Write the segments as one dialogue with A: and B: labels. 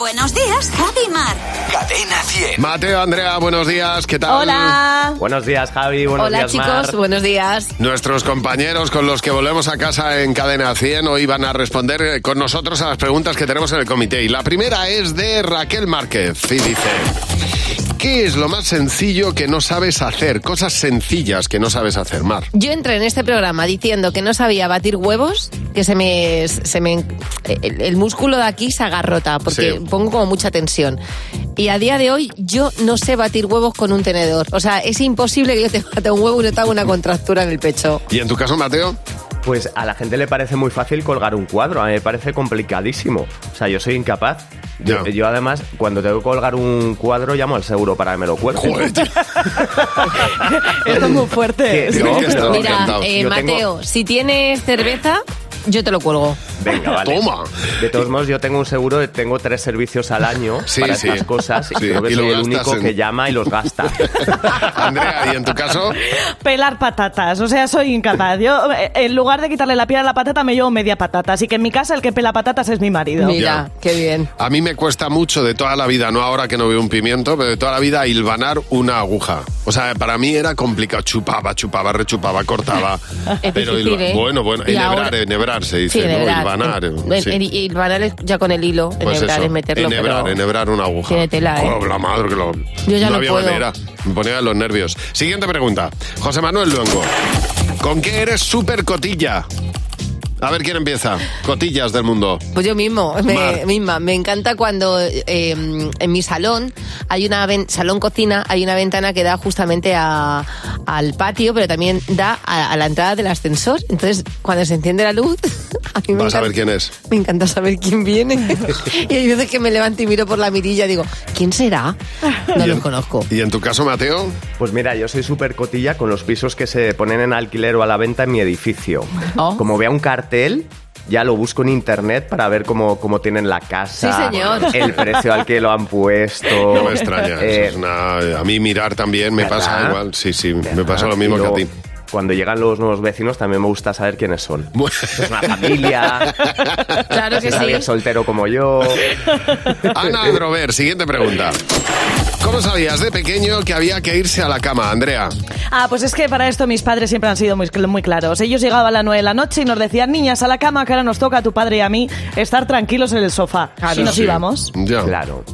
A: Buenos días, Javi y Mar.
B: Cadena 100.
C: Mateo, Andrea, buenos días, ¿qué tal?
D: Hola.
E: Buenos días, Javi. Buenos
D: Hola
E: días,
D: chicos,
E: Mar.
D: buenos días.
C: Nuestros compañeros con los que volvemos a casa en Cadena 100 hoy van a responder eh, con nosotros a las preguntas que tenemos en el comité. Y la primera es de Raquel Márquez y dice, ¿qué es lo más sencillo que no sabes hacer? Cosas sencillas que no sabes hacer, Mar.
D: Yo entré en este programa diciendo que no sabía batir huevos, que se me. Se me el, el músculo de aquí se agarrota, porque
C: Sí.
D: pongo como mucha tensión. Y a día de hoy yo no sé batir huevos con un tenedor. O sea, es imposible que yo te bata un huevo y no te haga una contractura en el pecho.
C: ¿Y en tu caso, Mateo?
E: Pues a la gente le parece muy fácil colgar un cuadro, a mí me parece complicadísimo. O sea, yo soy incapaz. Yo,
C: Ya.
E: yo, además, cuando tengo que colgar un cuadro, llamo al seguro para que me lo cuelgue.
C: Joder, tío.
D: Esto es muy fuerte.
E: Que-
C: No, que estaba
D: Mira,
C: encantado.
D: eh,
E: Yo tengo-
D: Mateo, si tienes cerveza, yo te lo cuelgo.
E: Venga, vale.
C: Toma.
E: De todos modos, yo tengo un seguro, tengo tres servicios al año
C: Sí,
E: para
C: sí.
E: estas cosas
C: Sí,
E: y creo que
C: y lo
E: soy el
C: gastas
E: único
C: en-
E: que llama y los gasta.
C: Andrea, ¿y en tu caso?
F: Pelar patatas, o sea, soy incapaz. Yo, eh, en lugar de quitarle la piel a la patata, me llevo media patata. Así que en mi casa el que pela patatas es mi marido.
D: Mira, qué bien.
C: A mí me cuesta mucho de toda la vida, no ahora que no veo un pimiento, pero de toda la vida hilvanar una aguja. O sea, para mí era complicado. Chupaba, chupaba, rechupaba, cortaba.
D: Es
C: pero
D: difícil,
C: hilva-
D: ¿eh?
C: Bueno, bueno,
D: Y
C: enhebrar,
D: ahora-
C: enhebrar se dice,
D: Sí,
C: ¿no?
D: enhebrar.
C: Hilvanar.
D: En- en-
C: sí.
D: en- Hilvanar es ya con el hilo,
C: Pues
D: enhebrar
C: eso,
D: es meterlo.
C: enhebrar,
D: pero-
C: enhebrar una aguja.
D: Tiene tela, ¿eh?
C: Oh, la madre que lo...
D: Yo ya
C: no
D: no
C: había
D: puedo.
C: manera. Me ponía de los nervios. Siguiente pregunta. José Manuel Luengo. ¿Con qué eres súper cotilla? A ver quién empieza. Cotillas del mundo.
D: Pues yo mismo,
C: Mar.
D: me, misma. Me encanta cuando eh, en mi salón hay una ven- salón cocina hay una ventana que da justamente a- al patio, pero también da a, a la entrada del ascensor. Entonces, cuando se enciende la luz, a mí me
C: Vas a
D: encanta-
C: ver quién es.
D: Me encanta saber quién viene. y hay veces que me levanto y miro por la mirilla y digo, ¿quién será? No
C: Y
D: los
C: en-
D: conozco.
C: ¿Y en tu caso, Mateo?
E: Pues mira, yo soy súper cotilla con los pisos que se ponen en alquiler o a la venta en mi edificio.
D: Oh.
E: Como vea un cartel, ya lo busco en internet para ver cómo, cómo tienen la casa,
D: Sí, señor.
E: el precio al que lo han puesto.
C: No me extraña. eso
E: Eh,
C: es una- a mí mirar también me
E: ¿verdad?
C: pasa igual. Sí, sí, me
E: ¿verdad?
C: pasa lo
E: Y
C: mismo que a
E: luego,
C: ti.
E: Cuando llegan los nuevos vecinos también me gusta saber quiénes son.
C: Bueno.
E: Es una familia.
D: Claro que
E: si
D: sí.
E: es soltero como yo.
C: Ana Grover, siguiente pregunta. ¿Cómo sabías de pequeño que había que irse a la cama, Andrea?
F: Ah, pues es que para esto mis padres siempre han sido muy, cl- muy claros. Ellos llegaban a las 9 de la noche y nos decían, niñas, a la cama, que ahora nos toca a tu padre y a mí estar tranquilos en el sofá.
D: Claro.
F: Y nos
C: Sí.
F: íbamos.
C: Ya.
E: Claro.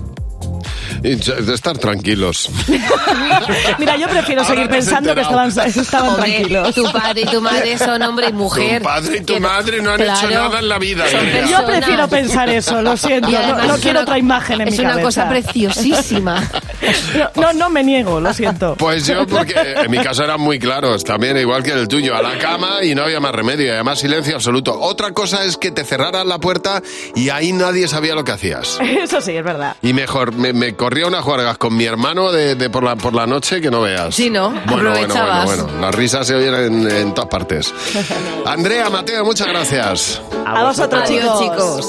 C: Y ya- de estar tranquilos.
F: Mira, yo prefiero
C: Ahora
F: seguir
C: te has
F: pensando que
C: enterado.
F: estaban, estaban
D: Hombre,
F: tranquilos.
D: Tu padre y tu madre son hombre y mujer.
C: Tu padre y tu
D: Que-
C: madre no han hecho nada en la vida,
D: son
C: Andrea.
F: Yo
D: personas.
F: prefiero pensar eso, lo siento.
D: Y
F: No,
D: además
F: no
D: es
F: quiero
D: una-
F: otra imagen en
D: Es
F: mi
D: una
F: cabeza.
D: cosa preciosísima.
F: No, no, no me niego, lo siento.
C: Pues yo, porque en mi caso eran muy claros, también igual que en el tuyo, a la cama y no había más remedio, y además silencio absoluto. Otra cosa es que te cerraran la puerta y ahí nadie sabía lo que hacías.
F: Eso sí, es verdad.
C: Y mejor, me, me corría unas juergas con mi hermano de, de por, la, por la noche que no veas.
D: Sí, ¿no?
C: Bueno, bueno, bueno,
D: Aprovechabas.
C: bueno. Las risas se oyen en, en todas partes. Andrea, Mateo, muchas gracias.
F: A vosotros,
D: Adiós, chicos.